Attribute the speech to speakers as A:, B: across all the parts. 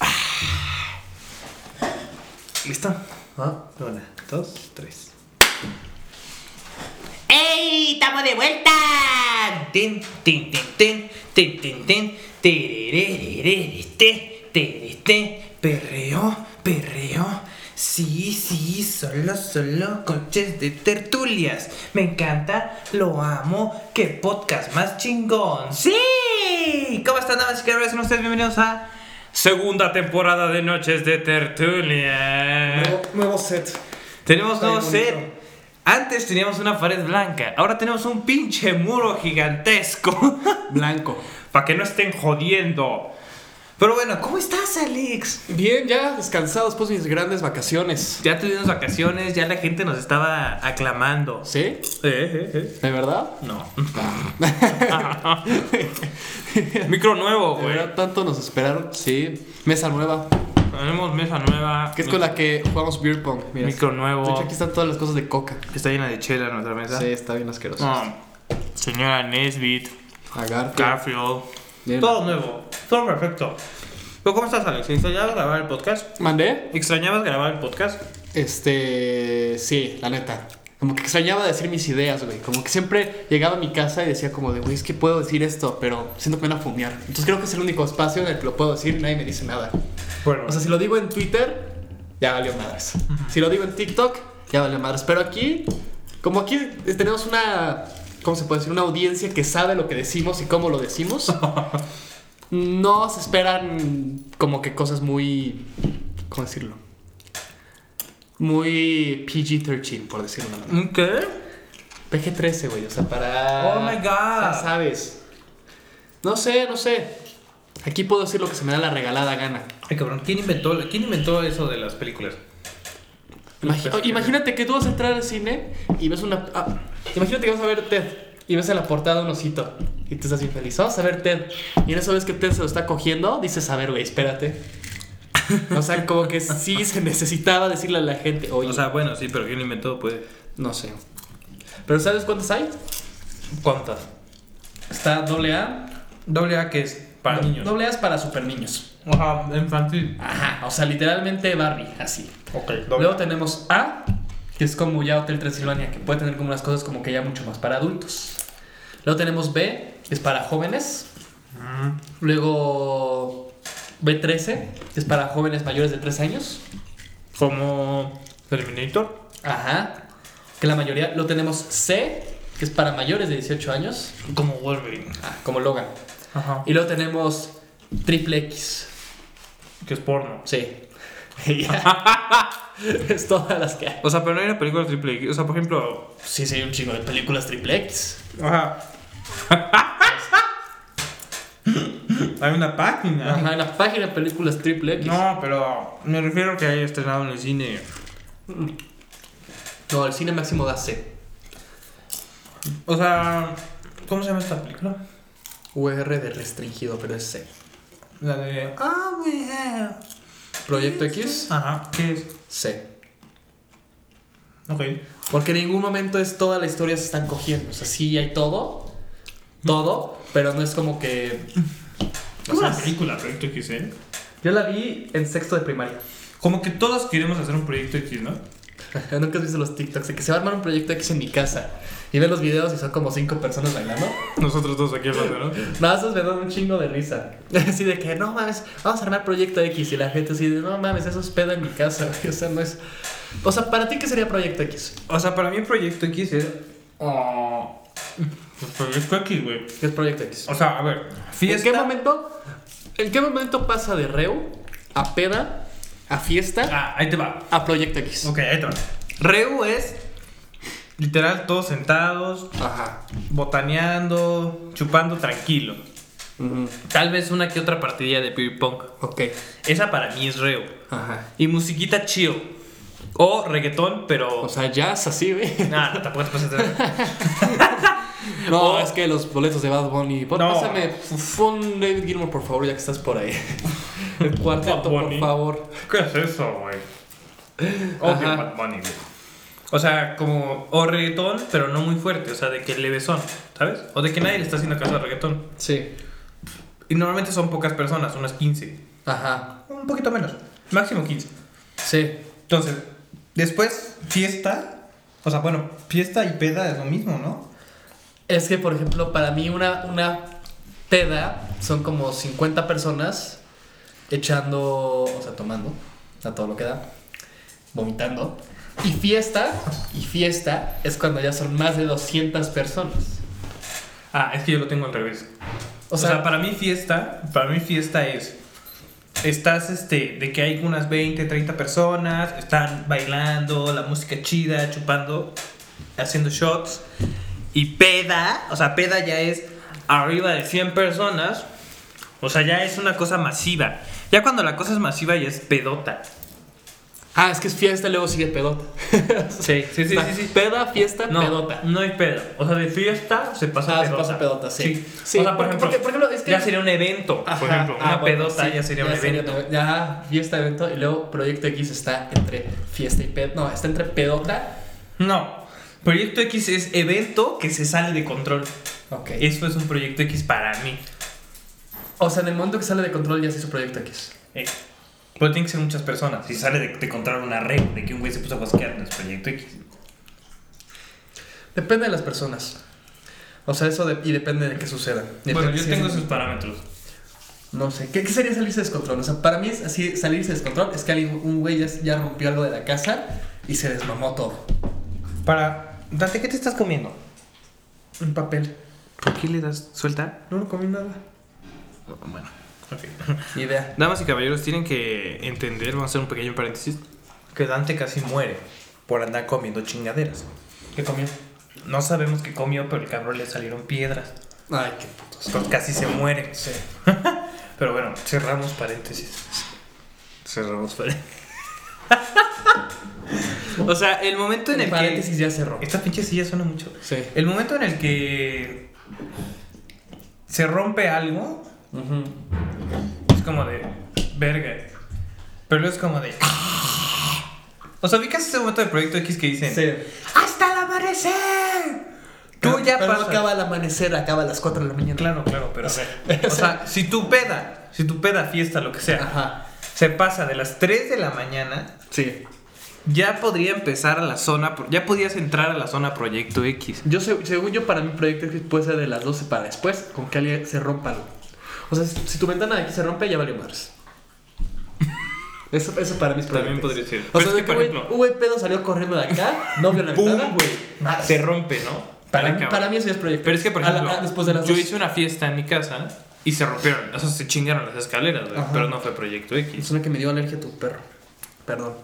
A: Ah.
B: ¿Listo?
C: ¿Ah?
B: Una, dos, tres.
C: ¡Ey! ¡Estamos de vuelta!
B: Tin, tin, tin, tin, tin, tin, tin, tererererete, terete, perreo, perreo. Sí, sí, solo, solo coches de tertulias. Me encanta, lo amo. ¡Qué podcast más chingón! ¡Sí! ¿Cómo están, damas y caballeros? Sean ustedes bienvenidos a segunda temporada de Noches de Tertulia.
A: Nuevo, nuevo set.
B: Tenemos
A: Está
B: nuevo
A: bien
B: set.
A: bonito.
B: Antes teníamos una pared blanca, ahora tenemos un pinche muro gigantesco.
A: Blanco.
B: Para que no estén jodiendo. Pero bueno, ¿cómo estás, Alex?
A: Bien, ya descansado después de mis grandes vacaciones.
B: Ya tuvimos vacaciones, ya la gente nos estaba aclamando.
A: ¿Sí?
B: Eh, eh, eh.
A: ¿De verdad?
B: No. Micro nuevo,
A: ¿De
B: güey.
A: verdad tanto nos esperaron? Sí. Mesa nueva.
B: Tenemos mesa nueva.
A: Que es con la que jugamos beer pong. Mira.
B: Micro
A: De hecho,
B: nuevo.
A: aquí están todas las cosas de coca.
B: Está llena de chela nuestra mesa.
A: Sí, está bien asqueroso.
B: Ah, señora Nesbit,
A: Agar.
B: Garfield.
A: Bien.
B: Todo nuevo, todo perfecto. Pero ¿cómo estás, Alex? ¿Extrañabas grabar el podcast?
A: ¿Mandé?
B: ¿Extrañabas grabar el podcast?
A: Este. Sí, la neta. Como que extrañaba decir mis ideas, güey. Como que siempre llegaba a mi casa y decía, como de, güey, es que puedo decir esto, pero siento que me van a fumear. Entonces creo que es el único espacio en el que lo puedo decir y nadie me dice nada.
B: Bueno,
A: O sea, si lo digo en Twitter, ya valió madres. Si lo digo en TikTok, ya valió madres. Pero aquí, como aquí tenemos una, ¿cómo se puede decir? Una audiencia que sabe lo que decimos y cómo lo decimos. no se esperan como que cosas muy, ¿cómo decirlo? Muy PG-13, por decirlo de una manera.
B: ¿qué?
A: PG-13, güey, o sea, para...
B: Oh my God.
A: Ya sabes. No sé, no sé. Aquí puedo decir lo que se me da la regalada gana.
B: Ay, cabrón, ¿quién inventó, ¿quién inventó eso de las películas?
A: Imagi- oh,
B: Pues,
A: imagínate que tú vas a entrar al cine y ves una. ah, imagínate que vas a ver Ted y ves en la portada un osito y te estás infeliz. Vamos a ver Ted. Y en eso ves que Ted se lo está cogiendo. Dices, a ver, güey, espérate. O sea, como que sí se necesitaba decirle a la gente, oye,
B: O sea, bueno, sí, pero ¿quién lo inventó? Pues.
A: no sé. Pero ¿sabes cuántas hay?
B: ¿Cuántas?
A: Está doble A.
B: Doble A que es para
A: Do-
B: niños.
A: Doble A es para super niños.
B: Ajá, infantil.
A: Ajá, o sea, literalmente Barbie, así.
B: Ok,
A: Luego tenemos A, que es como ya Hotel Transilvania, que puede tener como unas cosas como que ya mucho más para adultos. Luego tenemos B, que es para jóvenes. Luego B13, que es para jóvenes mayores de 3 años.
B: Como Terminator.
A: Ajá. Que la mayoría. Luego tenemos C, que es para mayores de 18 años,
B: Como Wolverine.
A: ah, como Logan.
B: Ajá.
A: Y luego tenemos Triple X.
B: Que es porno.
A: Sí. Ya. es todas las que hay.
B: O sea, pero no hay una película triple X. O sea, por ejemplo.
A: Sí, sí, hay un chingo de películas Triple X.
B: Ajá. hay una página.
A: Ajá, en la página de películas triple X.
B: No, pero me refiero a que haya estrenado en el cine.
A: No, el cine máximo da C.
B: O sea, ¿cómo se llama esta película?
A: UR de restringido, pero es C.
B: La de. Ah, we have.
A: Proyecto X,
B: Ajá, ¿qué es?
A: C.
B: Ok.
A: Porque en ningún momento es toda la historia se están cogiendo. O sea, sí hay todo. Todo, pero no es como que.
B: Es una
A: O sea,
B: película, Proyecto X, ¿eh?
A: Yo la vi en sexto de primaria.
B: Como que todos queremos hacer un Proyecto X, ¿no?
A: Nunca has visto los TikToks de que se va a armar un proyecto X en mi casa. Y ves los videos y son como cinco personas bailando.
B: Nosotros dos aquí hablando, ¿no?
A: Nada, esos me dan un chingo de risa. Así de que, no mames, vamos a armar Proyecto X. Y la gente así de, no mames, eso es pedo en mi casa. güey. O sea, no es. O sea, ¿para ti qué sería Proyecto X?
B: O sea, para mí Proyecto X es. Oh. pues Proyecto X, güey.
A: ¿Qué es Proyecto X?
B: O sea, a ver.
A: ¿En qué
B: Fiesta.
A: momento? ¿En qué momento pasa de reu a peda, a fiesta,
B: Ah, ahí te va.
A: a Proyecto X?
B: Ok, ahí te va. Reu es. Literal, todos sentados,
A: Ajá.
B: botaneando, chupando tranquilo. Tal vez una que otra partidilla de ping pong.
A: Ok.
B: Esa para mí es reo.
A: Ajá.
B: Y musiquita chill. O reggaetón, pero.
A: O sea, jazz así, güey.
B: Nah, tampoco te pases de-
A: No,
B: O-
A: es que los boletos de Bad Bunny. Por,
B: No.
A: Pásame un David Gilmour, por favor, ya que estás por ahí. El cuarteto,
B: Bad Bunny.
A: por favor.
B: ¿Qué es eso, güey?
A: Ajá.
B: Obvio, Bad Bunny, güey. O sea, como. O reggaetón, pero no muy fuerte. O sea, de que levesón, ¿sabes? O de que nadie le está haciendo caso al reggaetón.
A: Sí.
B: Y normalmente son pocas personas, unas 15.
A: Ajá.
B: Un poquito menos. Máximo 15.
A: Sí.
B: Entonces, después, fiesta. O sea, bueno, fiesta y peda es lo mismo, ¿no?
A: Es que, por ejemplo, para mí una, una peda son como 50 personas echando, o sea, tomando, a todo lo que da, vomitando. Y fiesta, y fiesta es cuando ya son más de 200 personas.
B: Ah, es que yo lo tengo al revés.
A: O sea,
B: para mí fiesta, para mí fiesta es estás este de que hay unas 20, 30 personas, están bailando, la música chida, chupando, haciendo shots y peda, o sea, peda ya es arriba de 100 personas. O sea, ya es una cosa masiva. Ya cuando la cosa es masiva ya es pedota.
A: ah, es que es fiesta, luego sigue pedota.
B: Sí, sí, sí,
A: Va,
B: sí, sí.
A: Peda, fiesta,
B: No,
A: pedota.
B: no hay pedo. O sea, de fiesta se pasa
A: Ah,
B: a
A: se
B: pedota.
A: pasa a pedota, sí. Sí,
B: o sea, por
A: porque-
B: ejemplo,
A: porque, por ejemplo, es que-
B: ya sería un evento. por
A: Ajá,
B: ejemplo,
A: ah,
B: una
A: bueno,
B: pedota
A: sí,
B: ya sería un evento.
A: un eve- ya, fiesta, evento. Y luego Proyecto X está entre fiesta y pedota. No, está entre pedota.
B: No. Proyecto X es evento que se sale de control.
A: Ok.
B: Eso es un proyecto X para mí.
A: O sea, en el momento que sale de control ya se hizo Proyecto X.
B: Eh, Pero tienen que ser muchas personas. Si sale de, de control una red, de que un güey se puso a basquear, no es proyecto X.
A: Depende de las personas. O sea, eso de- y depende de qué suceda.
B: bueno,
A: Depende
B: yo
A: si
B: tengo
A: es-
B: esos parámetros.
A: No sé, ¿qué, qué sería salirse de descontrol? O sea, para mí es así, salirse de descontrol es que alguien, un güey ya, ya rompió algo de la casa y se desmamó todo.
B: Para. Dante, ¿qué te estás comiendo?
A: Un papel.
B: ¿Por qué le das suelta?
A: No, no comí nada.
B: Bueno,
A: Ni idea.
B: Damas y caballeros, tienen que entender, vamos a hacer un pequeño paréntesis, que Dante casi muere por andar comiendo chingaderas.
A: ¿Qué comió?
B: No sabemos qué comió, pero el cabrón le salieron piedras.
A: Ay, qué puto.
B: Entonces casi se muere.
A: Sí.
B: Pero bueno, cerramos paréntesis. Cerramos paréntesis. o sea, el momento en el,
A: El
B: que...
A: paréntesis ya cerró.
B: Esta pinche silla suena mucho.
A: Sí.
B: El momento en el que se rompe algo,
A: Ujú.
B: Es como de. Verga. Pero luego es como de. "Ah". O sea, ubicas ese momento de Proyecto X que dicen. ¡Hasta el amanecer! Tú ya
A: pero no
B: pasas.
A: acaba el amanecer, acaba a las 4 de la mañana.
B: Claro, claro, pero. a ver, o sea, si tu peda, si tu peda, fiesta, lo que sea,
A: Ajá.
B: se pasa de las 3 de la mañana,
A: Sí.
B: ya podría empezar a la zona. pro- Ya podías entrar a la zona Proyecto X.
A: Yo, se- según yo, para mi proyecto X puede ser de las 12 para después, con que alguien se rompa algo. O sea, si, si tu ventana de aquí se rompe, ya valió madres. Eso, eso para mis
B: También
A: proyectos.
B: podría ser.
A: O
B: Pero
A: sea,
B: es
A: de
B: que,
A: que,
B: por
A: güey,
B: ejemplo-
A: un güey pedo salió corriendo de acá, no vio la
B: ¡Pum,
A: ventana.
B: güey!
A: Ah,
B: Se rompe, ¿no?
A: Para, mí-
B: Acaba.
A: para mí eso ya es proyecto.
B: Pero es que, por
A: A la-
B: ejemplo,
A: a- después de las
B: yo
A: 12.
B: hice una fiesta en mi casa y se rompieron, o sea, se chingaron las escaleras, güey,
A: Ajá.
B: pero no fue Proyecto
A: Es
B: X.
A: una que me dio alergia a tu perro. Perdón.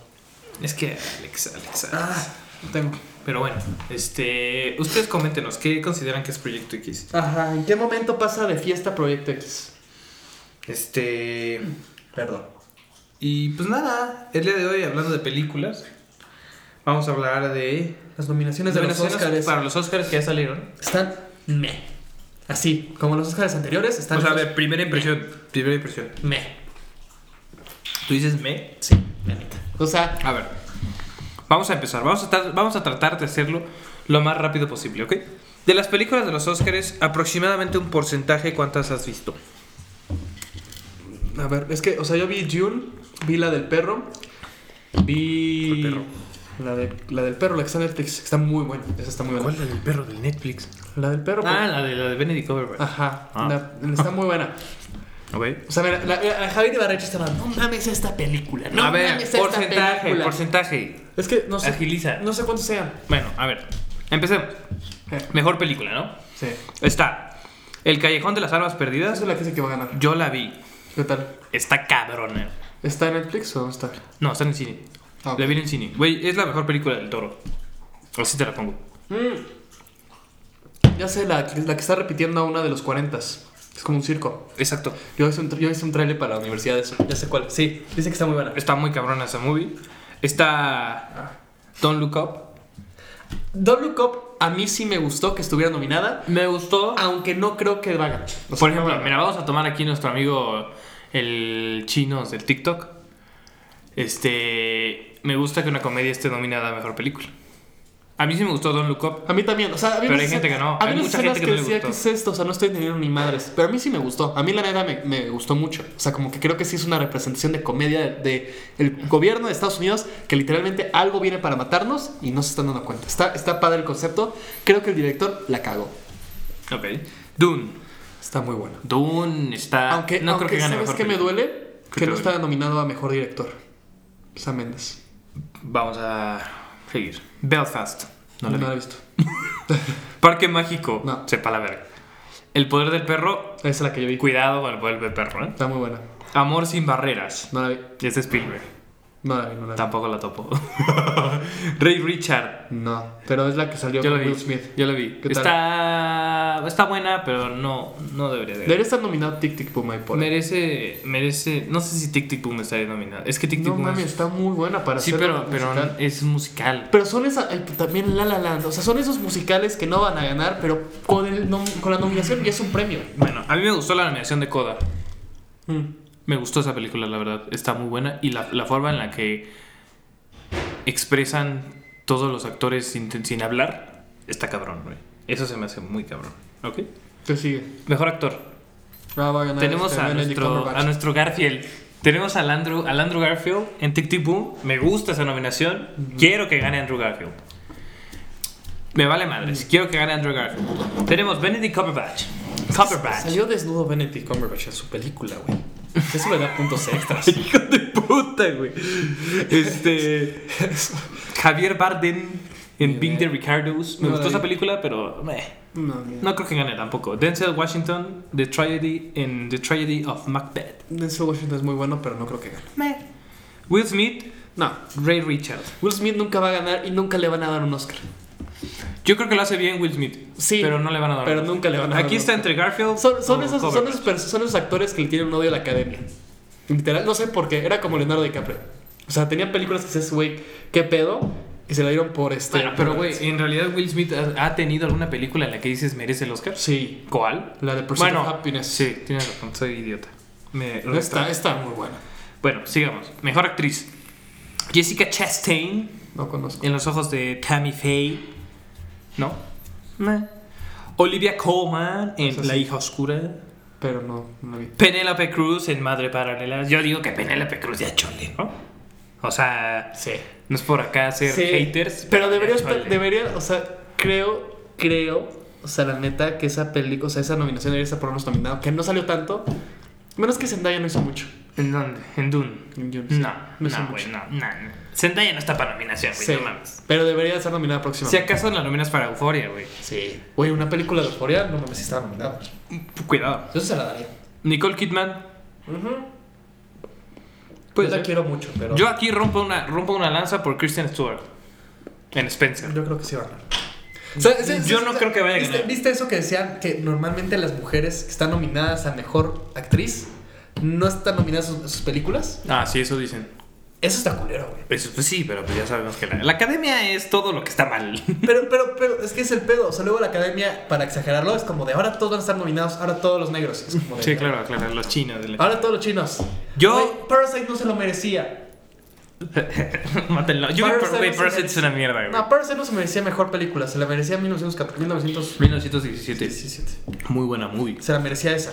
B: Es que, Alex, Alex, Alex.
A: Ah, no tengo.
B: Pero bueno, este, ustedes coméntenos, ¿qué consideran que es Proyecto X?
A: Ajá, ¿en qué momento pasa de fiesta a proyecto X?
B: Este,
A: Perdón.
B: y pues nada, el día de hoy hablando de películas, vamos a hablar de
A: Las nominaciones de los
B: nominaciones
A: Oscars
B: para los Oscars que ya salieron.
A: están meh. Así, como los Oscars anteriores, están
B: O sea, de primera impresión, primera impresión.
A: meh.
B: ¿Tú dices me?
A: Sí, la neta. O sea,
B: A ver, vamos a empezar. Vamos a, tra- vamos a tratar de hacerlo lo más rápido posible, ¿ok? De las películas de los Oscars, aproximadamente un porcentaje, ¿cuántas has visto?
A: a ver, es que, o sea, yo vi June, vi la del perro, vi
B: ¿Cuál perro?
A: La, de, la del perro, la que está en Netflix, que está muy buena, esa está muy buena.
B: la del perro del Netflix?
A: La del perro.
B: Ah,
A: pero-
B: la de, la de Benedict Cumberbatch.
A: Ajá,
B: Ah.
A: la- está muy buena.
B: Ok.
A: O sea, mira, la, la, la Javier Ibarreche estaba, no mames esta película, no
B: a ver,
A: mames esta
B: porcentaje,
A: película".
B: porcentaje.
A: Es que no sé,
B: Agiliza.
A: no sé cuántos sean.
B: Bueno, a ver, empecemos.
A: Eh,
B: Mejor película, ¿no?
A: Sí,
B: Está El Callejón de las
A: esa
B: Almas
A: es
B: Perdidas.
A: la que sé que va a ganar.
B: Yo la vi.
A: ¿Qué tal?
B: Está cabrona.
A: ¿Está en Netflix o no está?
B: No, está en el cine.
A: Ah, ok.
B: La vi en el cine. Güey, es la mejor película del toro. Así te la pongo.
A: Mm. Ya sé, la, que- la que está repitiendo a una de los 40. Es como un circo.
B: Exacto.
A: Yo hice un, tra- yo hice un trailer para la universidad de eso. Ya sé cuál. Sí, dice que está muy buena.
B: Está muy cabrona esa movie. Está Don't Look Up.
A: Don't Look Up a mí sí me gustó que estuviera nominada,
B: Me gustó.
A: aunque no creo que va a ganar. O sea,
B: Por
A: no va a
B: ejemplo,
A: ganar.
B: mira, vamos a tomar aquí nuestro amigo el chino del TikTok. Este, me gusta que una comedia esté nominada a mejor película. A mí sí me gustó Don Look Up.
A: A mí también, o sea, había
B: Pero
A: unas
B: hay gente
A: escenas-
B: que no,
A: había
B: hay
A: unas
B: mucha
A: escenas
B: gente que no le gustó.
A: que es esto, o sea, no estoy entendiendo ni madres, pero a mí sí me gustó, a mí la neta me, me gustó mucho, o sea, como que creo que sí es una representación de comedia de, de el gobierno de Estados Unidos que literalmente algo viene para matarnos y no se están dando cuenta. Está, está padre el concepto, creo que el director la cagó,
B: Ok. Dune.
A: está muy bueno.
B: Dune está.
A: Aunque,
B: no
A: aunque
B: creo que gane
A: ¿sabes
B: mejor
A: qué me
B: película.
A: duele?
B: ¿Qué
A: Que
B: te
A: no
B: duele?
A: está nominado a mejor director, Sam Mendes.
B: Vamos a seguir. Belfast. No la vi.
A: lo he visto.
B: Parque Mágico.
A: No.
B: Sepa la verga. El poder del perro.
A: Esa es la que yo vi.
B: Cuidado con el poder del perro, ¿eh?
A: Está muy buena.
B: Amor sin barreras.
A: No la vi.
B: Y es de Spielberg.
A: No la vi, no la vi.
B: Tampoco la topo. Ray Richard.
A: No, pero es la que salió
B: Yo
A: con
B: la vi.
A: Will Smith.
B: Yo la vi.
A: ¿Qué tal?
B: Está. Está buena, pero no, no debería de
A: Debería estar nominado Tic Tic Puma y por
B: Merece. Merece. No sé si Tic Tic Boom estaría nominado. Es que Tic Tic
A: No
B: Boom.
A: mames,
B: es...
A: está muy buena para
B: Sí,
A: hacer
B: pero,
A: una
B: pero eh.
A: musical.
B: es musical.
A: Pero son esas, ay, también La La Land, o sea, son esos musicales que no van a ganar, pero con, el nom- con la nominación ya es un premio.
B: Bueno, a mí me gustó la nominación de Coda. Mm. Me gustó esa película, la verdad. Está muy buena. Y la, la forma en la que expresan todos los actores sin, sin hablar está cabrón, güey. Eso se me hace muy cabrón. ¿Ok?
A: ¿Qué sigue?
B: Mejor actor.
A: Ah, va a ganar
B: Tenemos
A: este
B: a
A: Benedict
B: nuestro,
A: Cumberbatch.
B: a nuestro Garfield. Tenemos al Andrew, al Andrew Garfield en Tic Tic Boom. Me gusta esa nominación. Quiero que gane Andrew Garfield. Me vale madres. Quiero que gane Andrew Garfield. Tenemos Benedict Cumberbatch. Cumberbatch.
A: Salió desnudo Benedict Cumberbatch en su película, güey. Eso le da puntos extras.
B: Hijo de puta, güey. Este. Javier Bardem en Big the Ricardos. Me
A: No la
B: gustó
A: vi.
B: esa película, pero. meh.
A: no, mira.
B: No creo que gane tampoco. Denzel Washington, The Tragedy en The Tragedy of Macbeth.
A: Denzel Washington es muy bueno, pero no creo que gane.
B: Will Smith,
A: No,
B: Ray Richards.
A: Will Smith nunca va a ganar y nunca le van a dar un Oscar.
B: Yo creo que lo hace bien Will Smith.
A: Sí,
B: Pero no le van a dar.
A: pero nunca le van a dar
B: Aquí está
A: nota.
B: entre Garfield.
A: Son, son
B: o
A: esos, son,
B: Cumberbatch.
A: esos perso- son esos actores que le tienen un odio a la academia. Literal, no sé por qué. Era como Leonardo DiCaprio. O sea, tenía películas que dices, güey, qué pedo. Y se la dieron por este.
B: Bueno, pero güey, en realidad Will Smith ha, ha tenido alguna película en la que dices merece el Oscar.
A: Sí,
B: ¿Cuál?
A: la de Pursuit
B: Bueno,
A: of Happiness.
B: sí, tienes razón, soy idiota. Me
A: Está, está muy buena.
B: Bueno, sigamos. Mejor actriz. Jessica Chastain
A: No conozco.
B: en los ojos de Tammy Faye. ¿No? Olivia Colman en
A: Esa
B: La
A: sí.
B: hija oscura.
A: Pero no, no la vi.
B: Penélope Cruz en Madre Paralela. Yo digo que Penélope Cruz ya chole, ¿no? O sea,
A: Sí.
B: no es por acá ser haters.
A: Pero debería,
B: ya chole.
A: estar- debería, o sea, creo, creo, o sea, la neta, que esa película, o sea, esa nominación debería estar por lo menos nominado, que no salió tanto. Menos que Zendaya no hizo mucho.
B: ¿En dónde? ¿En Dune?
A: En Dune, sí.
B: No,
A: No hizo
B: no, güey, no, no, no. Zendaya no está para nominación, güey,
A: Sí.
B: no mames.
A: Pero debería estar nominada
B: Si
A: próximamente.
B: acaso la nominas para Euforia, güey.
A: Sí. Oye, una película de euforia, no mames, sí estaba nominada.
B: Cuidado.
A: Yo se la daría.
B: Nicole Kidman.
D: Pues
A: yo la
B: ser.
A: quiero mucho, pero.
B: Yo aquí rompo una, rompo una lanza por Kristen Stewart. En Spencer.
D: Yo creo que sí va a ganar.
A: O sea, es- es-
B: Yo
A: es-
B: no creo que vaya a
D: ¿Viste,
B: ganar.
D: viste eso que decían que normalmente las mujeres que están nominadas a mejor actriz no están nominadas a sus, a sus películas?
B: Ah, sí, eso dicen.
D: Eso está culero, güey.
B: Eso, pues sí, pero pues ya sabemos que la, la academia es todo lo que está mal.
D: Pero, pero, pero, es que es el pedo. O sea, luego la academia, para exagerarlo, es como de ahora todos van a estar nominados, ahora todos los negros. Es como de,
B: Sí, claro, claro, los chinos. de la-
D: Ahora todos los chinos.
B: Yo-
D: Güey, Parasite no se lo merecía.
B: Mátenlo. Yo,
D: Parasite
B: güey,
D: no se
B: Parasite es
D: merece.
B: una mierda, güey.
D: No, Parasite no se merecía mejor película. Se la merecía 1914, 1917.
B: 1917. Muy buena movie.
D: Se la merecía esa.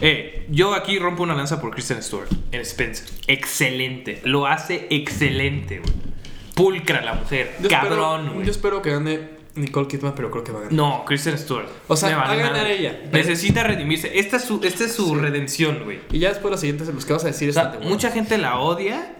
B: Eh, yo aquí rompo una lanza por Kristen Stewart en Spencer. Excelente. Lo hace excelente, güey. Pulcra la mujer.
A: yo espero-
B: Cabrón, güey.
A: Yo espero que gane Nicole Kidman, pero creo que va a ganar.
B: No, Kristen Stewart.
A: O sea,
B: Me
A: va a ganar
B: madre.
A: ella.
B: Necesita redimirse. Esta es su, esta es su redención, güey.
A: Y ya después los siguientes, los que vas a decir
B: O
A: es
B: sea, mucha gente la odia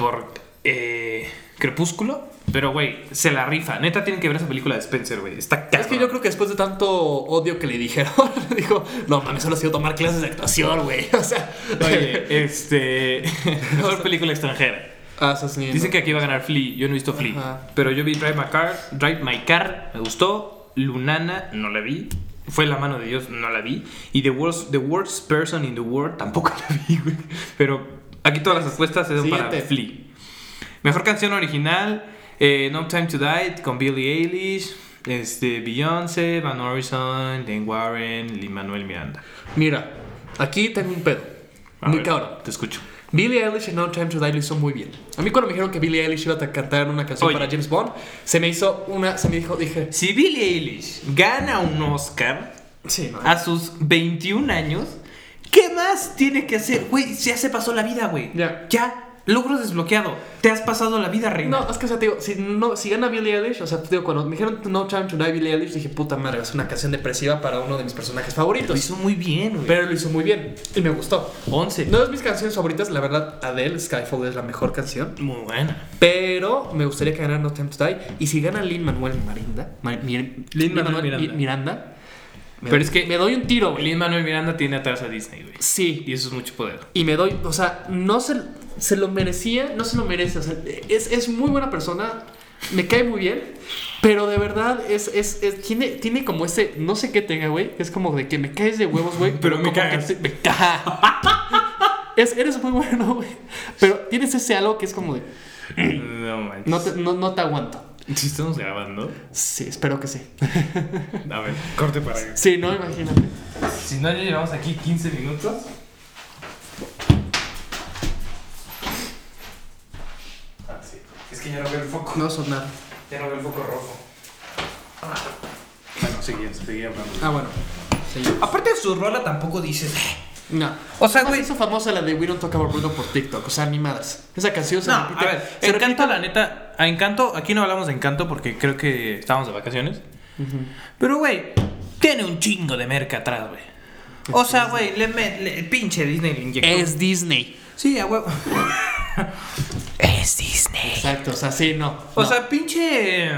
B: por eh, Crepúsculo. Pero, güey, se la rifa. Neta, tienen que ver esa película de Spencer, güey. Está cabrón.
A: Es que yo creo que después de tanto odio que le dijeron, dijo, no mames, solo ha sido tomar clases de actuación, güey. O sea,
B: Oye, este. Mejor película extranjera.
A: Ah, eso sí,
B: Dicen
A: ¿no?
B: que aquí va a ganar Flea, yo no he visto Flea.
A: Ajá.
B: Pero yo vi Drive My Car, Drive My Car, me gustó. Lunana, no la vi. Fue la mano de Dios, no la vi. Y The Worst, the worst Person in the World, tampoco la vi, güey. Pero aquí todas las respuestas son para
A: Siguiente.
B: Flea. Mejor canción original, eh, No Time to Die con Billie Eilish, este, Beyoncé, Van Morrison, Dan Warren, Lin Manuel Miranda.
A: Mira, aquí tengo un pedo.
B: A
A: Muy
B: ver,
A: cabrón.
B: Te escucho.
A: Billie Eilish en No Time to Die lo hizo muy bien. A mí cuando me dijeron que Billie Eilish iba a cantar una canción
B: Oye.
A: para James Bond, se me hizo una, se me dijo, dije,
B: Si Billie Eilish gana un Oscar
A: sí, no.
B: a sus 21 años, ¿qué más tiene que hacer? Güey, ya se pasó la vida, güey.
A: Ya.
B: Ya, logro desbloqueado. Te has pasado la vida, reina.
A: No, es que, o sea, te digo, si, no, si gana Billie Eilish, o sea, te digo, cuando me dijeron No Time to Die Billie Eilish, dije, puta madre, es una canción depresiva para uno de mis personajes
B: Lo
A: favoritos.
B: hizo muy bien, güey.
A: Pero lo hizo muy bien y me gustó.
B: 11.
A: No es mis canciones favoritas, la verdad, Adele, Skyfall es la mejor canción.
B: Muy buena.
A: Pero me gustaría que ganara No Time to Die. Y si gana Lin Manuel Marinda, Ma- Mi-
B: Lin-Manuel
A: Lin-Manuel Mi-
B: Miranda.
A: Miranda. me
B: Pero
A: doy-
B: es que-
A: me doy un tiro, güey.
B: Lin Manuel Miranda tiene atrás a Disney, güey.
A: Sí,
B: Y eso es mucho poder.
A: y me doy, o sea, no se, se lo merecía, no se lo merece, o sea, es, es muy buena persona, me cae muy bien, pero de verdad es, es, es- tiene, tiene como ese, no sé qué tenga, güey, es como de que me caes de huevos, güey,
B: Pero me
A: como que
B: cagas.
A: te- me caga. Es, eres muy bueno, güey, pero tienes ese algo que es como de,
B: No manches.
A: no te, no, no te aguanto.
B: Si estamos grabando.
A: Sí, espero que sí.
B: A ver, corte para
A: Sí, no, imagínate.
B: Si no, ya llevamos aquí 15 minutos. Ah, sí. Es que ya no veo el foco.
A: No sonar.
B: Ya no veo el foco rojo. Bueno, seguía, seguía hablando.
A: Ah, bueno. Sí.
E: Aparte de su rola tampoco dices. "Eh".
A: No.
E: O sea,
A: Se
E: güey.
A: hizo famosa la de We Don't Talk About Bruno por TikTok, o sea, ni madres. Esa canción se
B: No, a
A: repite-
B: ver,
A: se repite-
B: Encanto, la neta. A Encanto, aquí no hablamos de Encanto porque creo que estábamos de vacaciones. Pero, güey, tiene un chingo de merca atrás, güey. O sea, güey, le, met- le- el pinche Disney le inyectó.
A: Es Disney.
E: Sí, a huevo.
B: es Disney.
A: Exacto, o sea, sí, no.
B: O
A: no.
B: sea, pinche.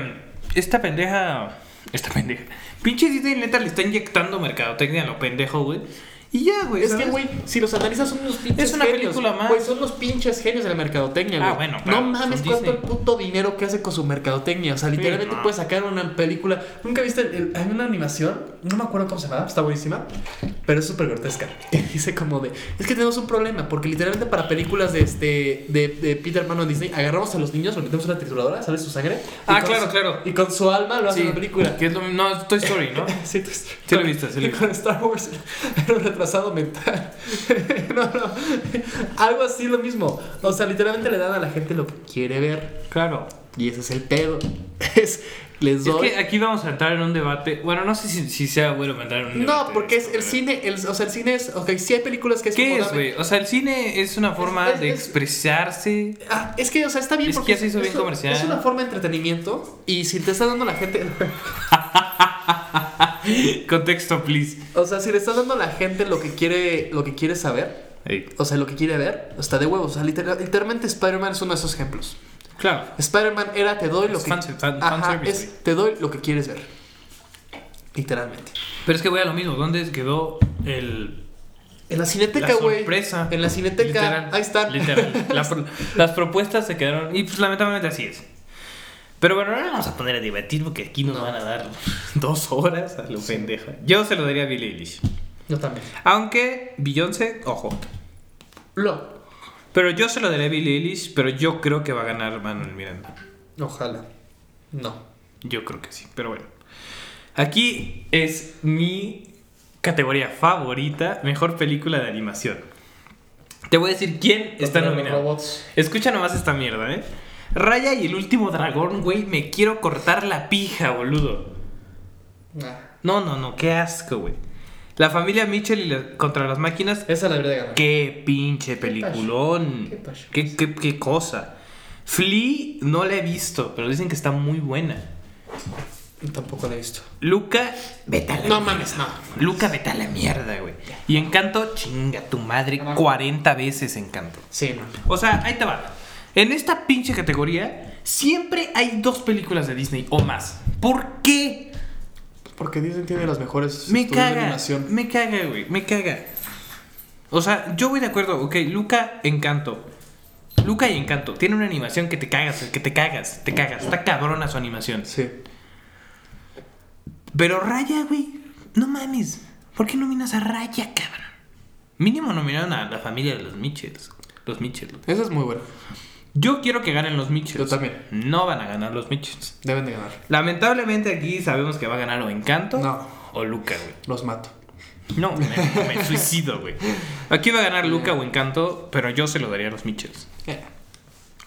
B: Esta pendeja. Esta pendeja. Pinche Disney neta le está inyectando mercadotecnia a lo pendejo, güey. Y ya, güey.
A: es que,
B: ¿sabes?
A: güey, si los analizas son unos pinches
B: Es una
A: genios,
B: película más.
A: Güey, son los pinches genios de la mercadotecnia, güey.
B: Ah, bueno, claro,
A: No mames
B: son
A: cuánto el
B: Disney.
A: puto dinero que hace con su mercadotecnia. O sea, literalmente
B: no.
A: puedes sacar una película.
D: ¿Nunca viste? el- el- hay una animación, no me acuerdo cómo se llama, está buenísima, pero es súper grotesca.
A: que Dice como de, es que tenemos un problema, porque literalmente para películas de este de, de Peter Pan o Disney, agarramos a los niños, los metemos en una trituradora, ¿sabes? Su sangre. y
B: Ah,
A: con
B: claro,
A: su-
B: claro.
A: Y con su alma lo hacen
B: Sí,
A: una película.
B: Que es lo mismo. No, es Toy Story, ¿no?
A: Sí, tú- sí
B: lo he visto, sí lo he
A: Y Con Star Wars era un retrasado mental. no, no. Algo así lo mismo. O sea, literalmente le dan a la gente lo que quiere ver.
B: claro.
A: Y ese es el pedo. Es, les
B: Es
A: doy.
B: que aquí vamos a entrar en un debate. Bueno, no sé si, si sea bueno entrar en un debate.
A: no,
B: de
A: porque es
B: esto,
A: el
B: pero-
A: cine. El, o sea, el cine es. Ok, sí hay películas que es
B: ¿Qué
A: como
B: es,
A: dame-
B: güey? O sea, el cine es una forma
A: es-
B: de
A: es-
B: expresarse.
A: Ah, es que, o sea, está bien
B: Es
A: porque
B: que ya se hizo bien
A: es-
B: comercial.
A: Es una forma de entretenimiento. Y si te está dando la gente.
B: Contexto, please.
A: O sea, si le estás dando a la gente lo que quiere, lo que quiere saber.
B: Ey,
A: O sea, lo que quiere ver. Está de huevos. O sea, literal- literalmente Spider-Man es uno de esos ejemplos.
B: Claro.
A: Spider-Man era te doy lo
B: Es
A: que
B: fan- fan-
A: Ajá,
B: fanservice,
A: es
B: güey.
A: te doy lo que quieres ver. Literalmente.
B: Pero es que voy a lo mismo. ¿Dónde quedó el.
A: En la
B: La
A: cineteca, güey.
B: sorpresa.
A: En la cineteca.
B: Literal,
A: ahí están.
B: Literal. La pro- las propuestas se quedaron. Y pues lamentablemente así es. Pero bueno, no nos vamos a poner a debatir porque aquí nos van a dar dos horas a lo pendeja. Yo se lo daría a Billie Eilish.
D: Yo también.
B: Aunque Beyoncé, ojo.
D: Lo.
B: Pero yo se lo daría a Billie Eilish, pero yo creo que va a ganar Manuel Miranda.
D: Ojalá. No.
B: Yo creo que sí, pero bueno. Aquí es mi categoría favorita, mejor película de animación. Te voy a decir quién está
D: Los
B: nominado.
D: robots.
B: Escucha nomás esta mierda, ¿eh? Raya y el último dragón, güey, me quiero cortar la pija, boludo.
D: Ah,
B: No, no, no, qué asco, güey. La familia Mitchell y la- contra las máquinas,
D: esa la debería de ganar.
B: qué pinche peliculón.
D: ¿Qué pasó?
B: ¿Qué, qué, qué cosa. Flea no la he visto, pero dicen que está muy buena.
D: Tampoco la he visto.
B: Luca, vete a la
A: No mames, no.
B: Luca, vete a la mierda, güey. Y Encanto, chinga tu madre, 40 veces Encanto.
D: Sí, no.
B: O sea, ahí te va. En esta pinche categoría, siempre hay dos películas de Disney o más. ¿Por qué?
A: Porque Disney tiene las mejores
B: Me
A: estudios de
B: caga.
A: animación.
B: Me caga, güey. Me caga. O sea, yo voy de acuerdo. Ok, Luca, Encanto. Luca y Encanto. Tiene una animación que te cagas, que te cagas, te cagas. Está cabrona su animación.
A: Sí.
B: Pero Raya, güey, no mames. ¿Por qué nominas a Raya, cabrón? Mínimo nominaron a la familia de los Mitchells. Los Mitchells.
A: Esa es muy buena.
B: Yo quiero que ganen los Mitchells.
A: Yo también.
B: No van a ganar los Mitchells.
A: Deben de ganar.
B: Lamentablemente aquí sabemos que va a ganar o Encanto
A: No.
B: o Luca, güey.
A: Los mato.
B: No, me, me suicido, güey. Aquí va a ganar Luca o Encanto, pero yo se lo daría a los Mitchells.
A: Eh,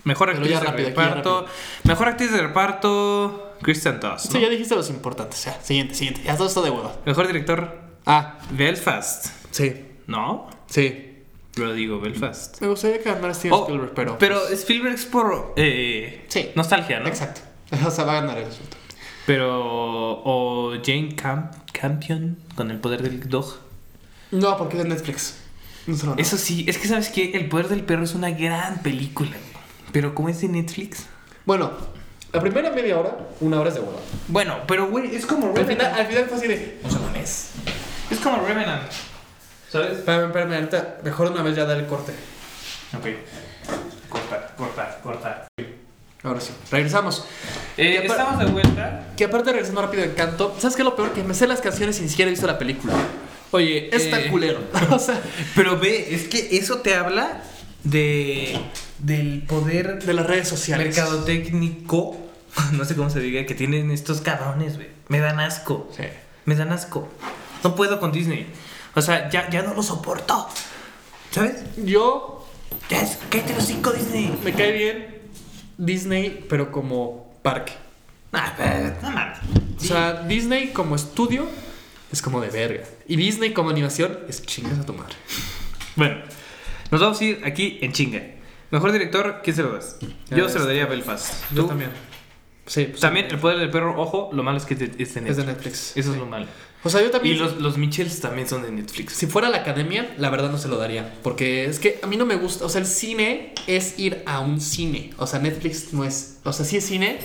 B: Mejor
A: Pero
B: actriz
A: ya
B: de
A: rápido, aquí ya
B: reparto. Mejor actriz de reparto, Kristen Toss.
A: Sí, ya dijiste los importantes. Ya, siguiente, siguiente. Ya todo esto de hueva.
B: Mejor director,
A: Ah,
B: Belfast.
D: Sí,
B: ¿No?
D: sí.
B: Lo digo, Belfast.
A: me gustaría que ganara Steven
B: Oh,
A: Spielberg, pero. pues
B: Spielberg es por eh,
A: Sí.
B: nostalgia, ¿no?
A: Exacto. O sea, va a ganar el asunto.
B: Pero. O Jane Camp- Campion con el poder del dog.
A: No, porque es de Netflix. No se lo dan.
B: Eso sí, es que sabes que El poder del perro es una gran película. güey. Pero como es de Netflix.
A: Bueno, la primera media hora, una hora es de hueva.
B: Bueno, pero güey, es como
A: Al
B: Revenant.
A: final, al final fue así de.
B: Es como Revenant. ¿Sabes?
D: Espérame, espérame, ahorita mejor de una vez ya dar el corte.
B: Ok. Cortar, cortar, cortar.
A: Ahora sí, regresamos.
B: Eh,
A: Y apar-
B: estamos de vuelta.
A: Que aparte regresando rápido de canto, ¿sabes qué es lo peor? Que me sé las canciones y ni siquiera he visto la película.
B: Oye, eh,
A: Es tan culero. o sea,
E: Pero ve, es que eso te habla de del poder
A: de las redes sociales.
E: mercadotécnico, no sé cómo se diga, que tienen estos cabrones, güey. Me dan asco.
A: Sí.
E: Me dan asco. No puedo con Disney. O sea, ya, ya no lo soporto. ¿Sabes?
A: Yo
E: Ya es, cállate los cinco Disney.
A: me cae bien Disney, pero como parque.
E: Ah, pero, no mames.
A: O sea, Disney como estudio es como de verga. Y Disney como animación es chingas a tu madre.
B: Bueno, nos vamos a ir aquí en chinga. Mejor director, ¿quién se lo das? Yo se lo daría a Belfast.
A: Yo
B: ¿Tú?
A: también. Sí, pues,
B: También el poder del perro, ojo, lo malo es que es de, es de
A: es de
B: Netflix.
A: Netflix.
B: Eso es lo malo.
A: O sea, yo
B: Y
A: también.
B: los, los Mitchells también son de Netflix.
A: Si fuera la academia, la verdad no se lo daría. Porque es que a mí no me gusta. O sea, el cine es ir a un cine. O sea, Netflix no es. O sea, sí es cine,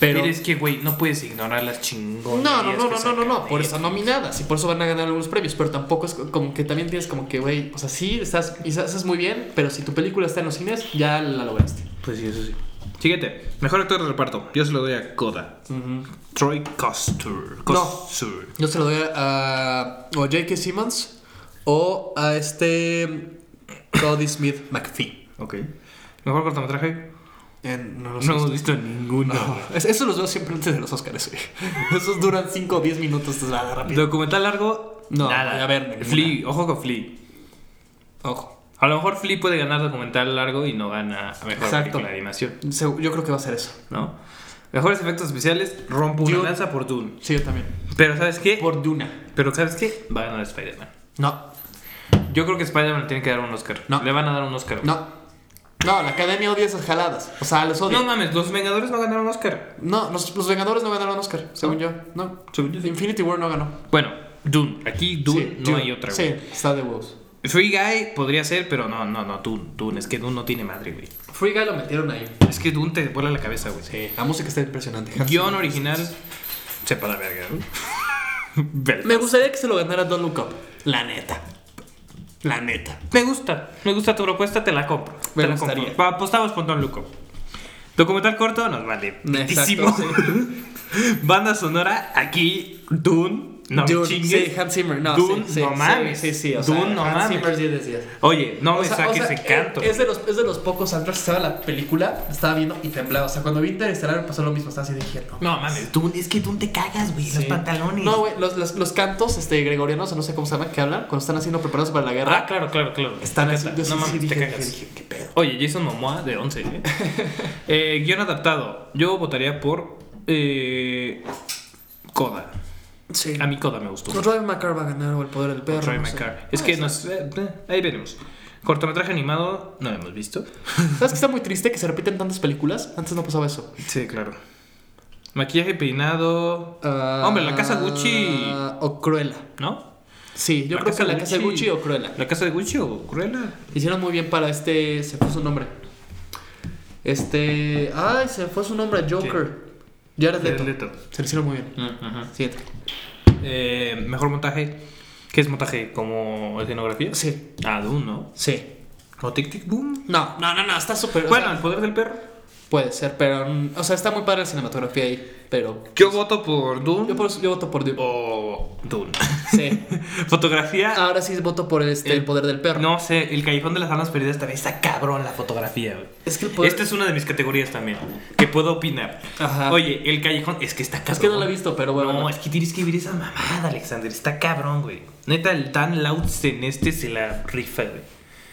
A: pero.
B: Pero es que, güey, no puedes ignorar las
A: No,
B: chingonas.
A: no, no, no, no, no, no, por eso nominadas y por eso van a ganar algunos premios, pero tampoco es como que también tienes como que, güey, o sea, sí, estás, y haces muy bien, pero si tu película está en los cines, ya la lograste.
B: Pues sí, eso sí. Siguiente, mejor actor de reparto. Yo se lo doy a Coda. Troy Custer. Custer.
A: Yo se lo doy a, o J.K. Simmons o a este Cody Smith McPhee.
B: Ok. Mejor cortometraje.
A: Eh, no
B: No hemos visto ninguno.
A: Eso los veo siempre antes de los Oscars, güey. Esos duran 5 o 10 minutos, es nada rápido.
B: Documental largo.
A: No,
B: nada.
A: a ver, ninguna.
B: Flea, ojo con Flea.
A: Ojo.
B: A lo mejor Flea puede ganar documental largo y no gana a mejor
A: Exacto.
B: película de animación,
A: Se- Yo creo que va a ser eso.
B: ¿no? Mejores efectos especiales, rompo una
A: Yo-
B: lanza por Dune.
A: Sí, yo también.
B: Pero ¿sabes qué?
A: Por Duna.
B: Pero ¿sabes qué? Va a ganar Spider-Man.
A: No,
B: Yo creo que Spider-Man le tiene que dar un Oscar.
A: No.
B: Le van a dar un Oscar. güey.
A: No. No, la academia odia esas jaladas. O sea, los odia.
B: No
A: No,
B: mames, los Vengadores no ganaron Oscar.
A: los, los Vengadores no ganaron Oscar, según yo. No.
B: Según yo, sí.
A: Infinity War no ganó.
B: Bueno, Dune. Aquí Dune
A: Sí,
B: no
A: Dune.
B: hay otra,
A: Sí,
B: güey.
A: está de huevos.
B: Free Guy podría ser, pero no, no, no, Dune. Dune. Es que Dune no tiene madre, güey.
A: Free Guy lo metieron ahí.
B: Es que Dune te vuela la cabeza, güey.
A: Sí, la música está impresionante.
B: Guión original. Sepa la verga, güey. Belfast.
A: Me gustaría que se lo ganara Don Look Up. La neta. La neta.
B: Me gusta, me gusta tu propuesta, te la compro.
A: Me
B: te la
A: gustaría.
B: compro. Va, apostamos por Don Luco. Documental corto nos vale. Muchísimo. Banda sonora, aquí, Dune. No me
A: Dune,
B: chingues.
A: sí, Hans Zimmer, no,
B: Dune,
A: sí, sí,
B: no
A: sí,
B: mames.
A: sí, sí, o sea,
B: Dune, no
A: Hans
B: mames.
A: Zimmer sí decía.
B: Oye, no
D: O
B: me
D: sea,
B: saques
D: o sea,
A: eh,
B: ese canto.
D: Es de, los, es de los pocos soundtracks que estaba la película, estaba viendo y temblaba. O sea, cuando vi Interestelar me pasó lo mismo, estaba así de dije, no.
B: No mames.
E: Tú, es que tú te cagas, güey. Los pantalones.
A: No, güey, los, los, los cantos este, gregorianos, o no sé cómo se llaman, que hablan cuando están haciendo preparándose para la guerra.
B: Ah, claro, claro, claro.
A: están
B: Me
A: así.
B: encanta.
A: Yo sí,
B: No
A: sí,
B: mames,
A: dije,
B: te cagas.
A: dije, qué pedo.
B: Oye, Jason Momoa de 11. ¿eh? Eh, guión adaptado. Yo votaría por. Eh, Coda.
A: Sí.
B: A mí Coda me gustó.
A: No, Drive McCarr va a ganar o el poder del perro.
B: Drive
A: no
B: My
A: sé. Ah,
B: Car. Es que nos, eh, eh, ahí veremos. Cortometraje animado, no lo hemos visto.
A: ¿Sabes que está muy triste que se repiten tantas películas? Antes no pasaba eso.
B: Sí, claro. Maquillaje y peinado. Hombre, la casa Gucci.
A: Ah, O Cruella.
B: ¿No?
A: Sí, yo
B: La
A: creo
B: casa
A: que la casa Gucci o Cruella.
B: ¿La casa de Gucci o Cruella?
A: Hicieron muy bien para este. Se fue su nombre. Este. Ay, se fue su nombre, Joker. Jared
B: Jared
A: Leto.
B: Leto. Mm,
A: Se lo hicieron muy bien. Siguiente.
B: Eh, mejor montaje. ¿Qué es montaje? ¿Como escenografía?
A: Sí.
B: Ah, Dune, ¿no?
A: Sí.
B: ¿O Tic Tic Boom?
A: No, no, no, no, está súper. o
B: Bueno,
A: sea,
B: el poder del perro.
A: Puede ser, pero. mm, O sea, está muy padre la cinematografía ahí. Pero.
B: Yo voto por Dune
A: Yo, por eso- yo voto por
B: Oh.
A: Dune.
B: o Dune.
A: Sí.
B: Fotografía.
A: Ahora sí voto por este, el, poder del perro.
B: No sé, el Callejón de las Almas Perdidas también está cabrón la fotografía, güey.
A: Es que el poder.
B: Esta Este es una de mis categorías también, que puedo opinar.
A: Ajá.
B: Oye, el Callejón, es que está cabrón.
A: Es que no la he visto, pero bueno.
B: No, es que tienes que ver esa mamada, Alexander. Está cabrón, güey. Neta, el Dan Lauts en este se la rifa, güey.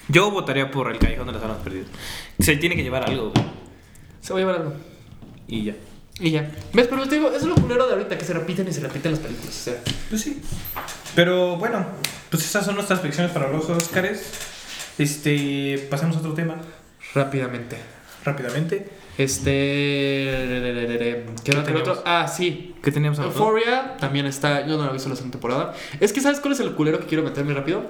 B: Yo votaría por el Callejón de las Almas Perdidas. Se tiene que llevar algo, güey.
A: Se va a llevar algo.
B: Y ya.
A: Y ya. ¿Ves? Pero te digo, eso es lo culero de ahorita, que se repiten y se repiten las películas. O sea,
B: Pues sí. Pero bueno, pues esas son nuestras ficciones para los Oscars. Este, pasemos a otro tema
A: rápidamente.
B: rápidamente.
A: Este. ¿Qué era
B: teníamos?
A: otro? Ah, sí.
B: ¿Qué teníamos ahora?
A: Euphoria también está. Yo no la he visto la segunda temporada. Es que, ¿sabes cuál es el culero que quiero meterme rápido?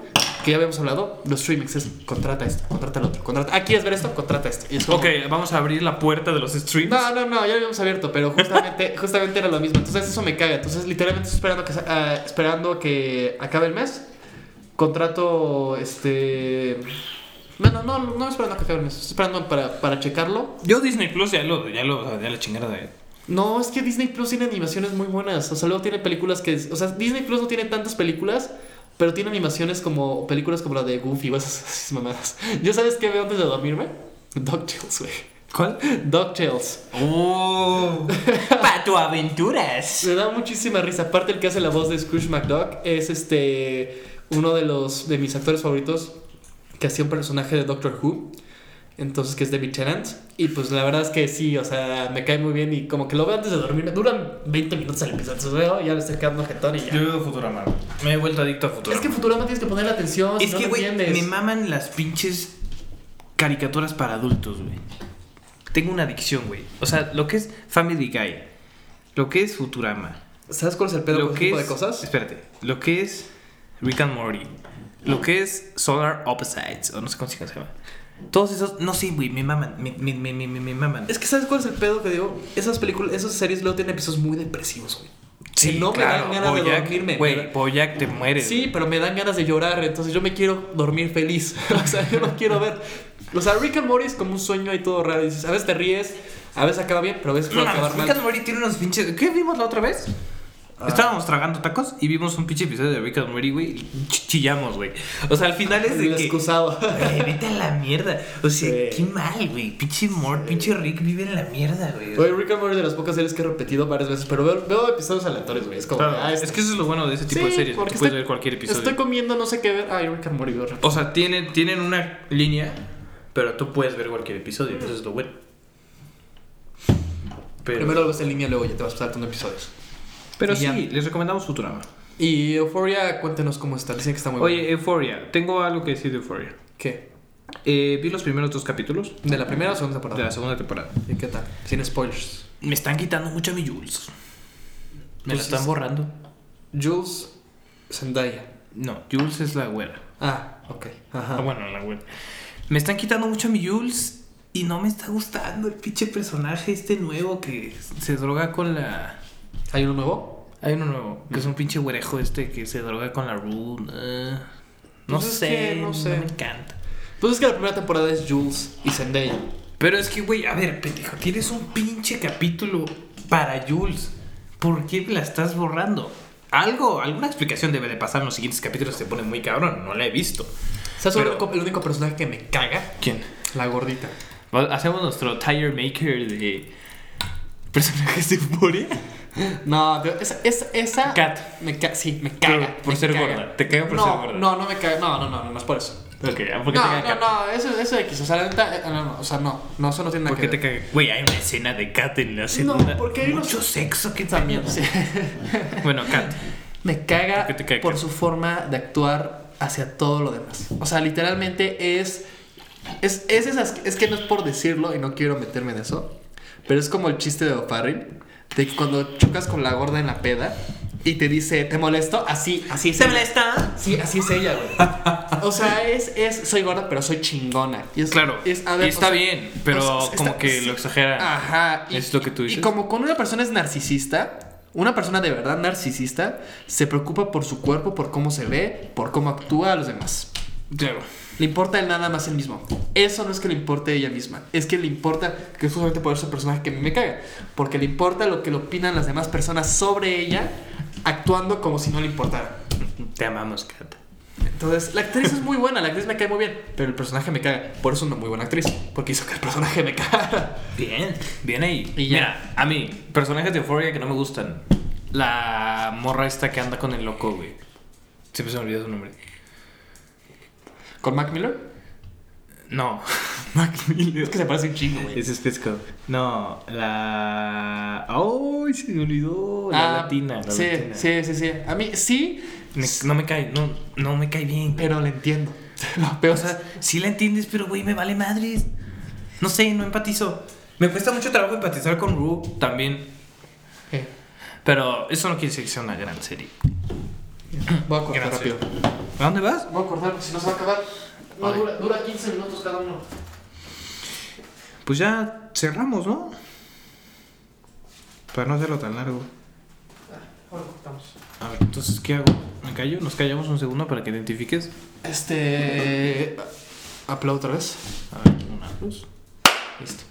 A: Que ya habíamos hablado. Los streamings es contrata esto, contrata el otro, contrata. Ah, ¿quieres ver esto? Contrata esto. Y es como-
B: Ok, vamos a abrir la puerta de los streams.
A: No, no, no, ya lo habíamos abierto, pero justamente, justamente era lo mismo. Entonces eso me caga. Entonces literalmente estoy esperando que, sa- ah, esperando que acabe el mes. Contrato, este... Bueno, no, no, no esperando que acabe el mes. Estoy esperando para, para checarlo.
B: Yo Disney Plus ya lo, ya lo, ya la chingada de...
A: No, es que Disney Plus tiene animaciones muy buenas. O sea, luego tiene películas que... O sea, Disney Plus no tiene tantas películas, pero tiene animaciones como... Películas como la de Goofy o esas, esas mamadas. ¿Yo sabes qué veo antes de dormirme? DuckTales, güey.
B: ¿Cuál?
A: DuckTales.
B: Oh.
F: ¡Para tu aventuras!
A: Me da muchísima risa. Aparte, el que hace la voz de Scrooge McDuck es este. Uno de los de mis actores favoritos que hacía un personaje de Doctor Who. Entonces, que es David Tennant. Y pues la verdad es que sí, o sea, me cae muy bien. Y como que lo veo antes de dormir. Duran 20 minutos el episodio. entonces veo, ya le estoy quedando jetón y ya.
B: Yo veo Futurama. Me he vuelto adicto a Futurama.
A: Es que Futurama tienes que poner atención. si
B: Es
A: no
B: que,
A: lo
B: güey, me
A: entiendes.
B: maman las pinches caricaturas para adultos, güey. Tengo una adicción, güey. O sea, lo que es Family Guy, lo que es Futurama,
D: ¿Sabes cuál es el pedo
B: lo
D: con ese
B: que
D: tipo
B: es,
D: de cosas?
B: Espérate, lo que es Rick and Morty, lo que es Solar Opposites, o no sé cómo se llama. Todos esos, no sé, güey, me maman, me, me, me, me, me- me maman.
D: Es que ¿sabes cuál es el pedo que digo? Esas películas, esas series luego tienen episodios muy depresivos, güey. que no me dan ganas de
B: Bojack,
D: dormirme. me
B: Güey,
D: da-
B: Boyac te mueres.
A: Sí, pero me dan ganas de llorar, entonces yo me quiero dormir feliz. o sea, yo no quiero ver. O sea, Rick and Morty es como un sueño ahí todo raro. Dices, a veces te ríes, a veces acaba bien, pero a veces
D: pues,
B: No,
A: puede
B: no,
A: acabar
B: Rick
A: mal.
B: and Morty tiene unos pinches. ¿Qué vimos la otra vez?
D: Ah.
A: Ah,
B: Estábamos tragando tacos y vimos un pinche episodio de Rick and Morty, güey. y ch- Chillamos, güey. O sea, al final es
A: El
B: de que.
A: excusado.
B: Güey, vete a la mierda. O sea,
A: Sí.
B: qué mal, güey. Pinche Mort, pinche Rick vive en la mierda, güey.
A: Oye, Rick and Morty es de las pocas series que he repetido varias veces, pero veo, veo episodios aleatorios, güey. Es como,
B: Claro,
A: ah, este-
B: es que eso es lo bueno de ese tipo
A: Sí,
B: de series.
A: porque
B: porque puedes
A: estoy-
B: ver cualquier episodio.
A: Estoy comiendo, no sé qué ver. Ay, Rick and Morty, veo.
B: O sea, tienen, tienen una línea, pero tú puedes ver cualquier episodio. Eso es lo bueno. Pero,
A: Primero lo ves en línea, luego ya te vas saltando episodios.
B: pero
A: y
B: sí,
A: ya.
B: les recomendamos Futurama.
A: Y Euphoria, cuéntenos cómo está. Dicen que está muy bueno.
B: Oye, Euphoria. Tengo algo que decir de Euphoria.
A: ¿Qué?
B: Eh, vi los primeros dos capítulos
A: ¿De la primera o segunda
B: de
A: temporada?
B: la segunda temporada.
A: ¿Y qué tal? Sin spoilers.
B: Me están quitando mucho mi Jules. Me la
A: Pues
B: están
A: es-
B: borrando.
A: Jules Zendaya.
B: No, Jules es la güera.
A: Ah, ok. Ajá.
B: Ah, bueno, la güera. Me están quitando mucho mi Jules y no me está gustando el pinche personaje este nuevo que se droga con la...
A: ¿Hay uno nuevo?
B: Hay uno nuevo, que es un pinche güerejo este que se droga con la Rue. eh. no,
A: Pues es
B: sé,
A: que no
B: no
A: sé.
B: sé, me encanta.
A: Pues es que la primera temporada es Jules y Zendaya.
B: Pero es que, güey, a ver, pendejo, tienes un pinche capítulo para Jules. ¿Por qué la estás borrando? Algo, alguna explicación debe de pasar en los siguientes capítulos. Se pone muy cabrón, no la he visto.
A: ¿Sabes
B: Pero-
A: el, único, el único personaje que me caga?
B: ¿Quién?
A: La gordita.
B: Pues, Hacemos nuestro tire maker de personajes de Euphoria.
A: No, pero esa. esa, esa
B: Cat.
A: Me ca- sí, me caga.
B: Pero por
A: me
B: ser
A: caga.
B: gorda, te caga por
A: no,
B: ser gorda.
A: No, no me caga. No, no, no, no, no es por eso.
B: Ok, ah, ¿por qué
A: No,
B: te caga
A: no,
B: Kat?
A: no, eso, eso X. O sea, la neta. eh, No, no, o sea, no. No, eso no tiene nada que
B: ¿Por qué
A: ver.
B: te caga? Güey, hay una escena de Kat en la segunda.
A: porque hay unos-
B: Mucho sexo que también.
A: También, sí.
B: Bueno, Kat.
A: Me
B: ¿Por
A: caga
B: qué te cae
A: por
B: Kat?
A: su forma de actuar hacia todo lo demás. O sea, literalmente es. Es, es, esas- es que no es por decirlo y no quiero meterme en eso. Pero es como el chiste de O'Farrill. De que cuando chocas con la gorda en la peda y te dice, ¿te molesto? Así, así es.
F: ¿Se
A: ella.
F: molesta?
A: Sí, así es ella, güey. O sea, es, es, soy gorda, pero soy chingona. Y es-
B: Claro.
A: es- a ver,
B: y está
A: o sea,
B: bien, pero
A: o sea,
B: como
A: está-
B: que
A: sí.
B: lo exagera.
A: Ajá.
B: Es lo que tú dices.
A: Y como cuando una persona es narcisista, una persona de verdad narcisista se preocupa por su cuerpo, por cómo se ve, por cómo actúa a los demás.
B: Claro.
A: Le importa el nada más el mismo. Eso no es que le importe a ella misma, es que le importa, que es justamente por eso el personaje que a mí me caga, porque le importa lo que le opinan las demás personas sobre ella, actuando como si no le importara.
B: Te amamos, Kat.
A: Entonces, la actriz es muy buena, la actriz me cae muy bien, pero el personaje me caga, por eso es una muy buena actriz, porque hizo que el personaje me caga.
B: Bien, bien ahí.
A: Y ya.
B: Mira, a mí, personajes de Euphoria que no me gustan. La morra esta que anda con el loco, güey. Siempre se me olvida su nombre.
A: ¿Con Mac Miller?
B: No,
A: Es que se parece un chingo, güey.
B: ese es Pisco. No, la. ¡Ay, se me olvidó! Oh, La
A: Ah,
B: latina, la
A: sí,
B: latina.
A: sí, sí, sí. A mí sí,
B: Me- no me cae, no, no me cae bien.
A: pero la entiendo. Lo peor
B: O sea, sí la entiendes, pero güey, me vale madres. No sé, no empatizo. Me cuesta mucho trabajo empatizar con Ru también.
A: Eh,
B: Pero eso no quiere decir que sea una gran serie.
A: voy a cortar
B: Gracias.
A: rápido.
B: ¿A dónde vas?
A: Voy a cortar porque si no se va a acabar. No,
B: Ay.
A: dura, dura 15 minutos cada uno.
B: Pues ya cerramos, ¿no? Para no hacerlo tan largo.
A: Ahora cortamos.
B: A ver, entonces, ¿qué hago? ¿Me callo? ¿Nos callamos un segundo para que identifiques?
A: Este. Aplaudo otra vez.
B: A ver, una, dos. Listo.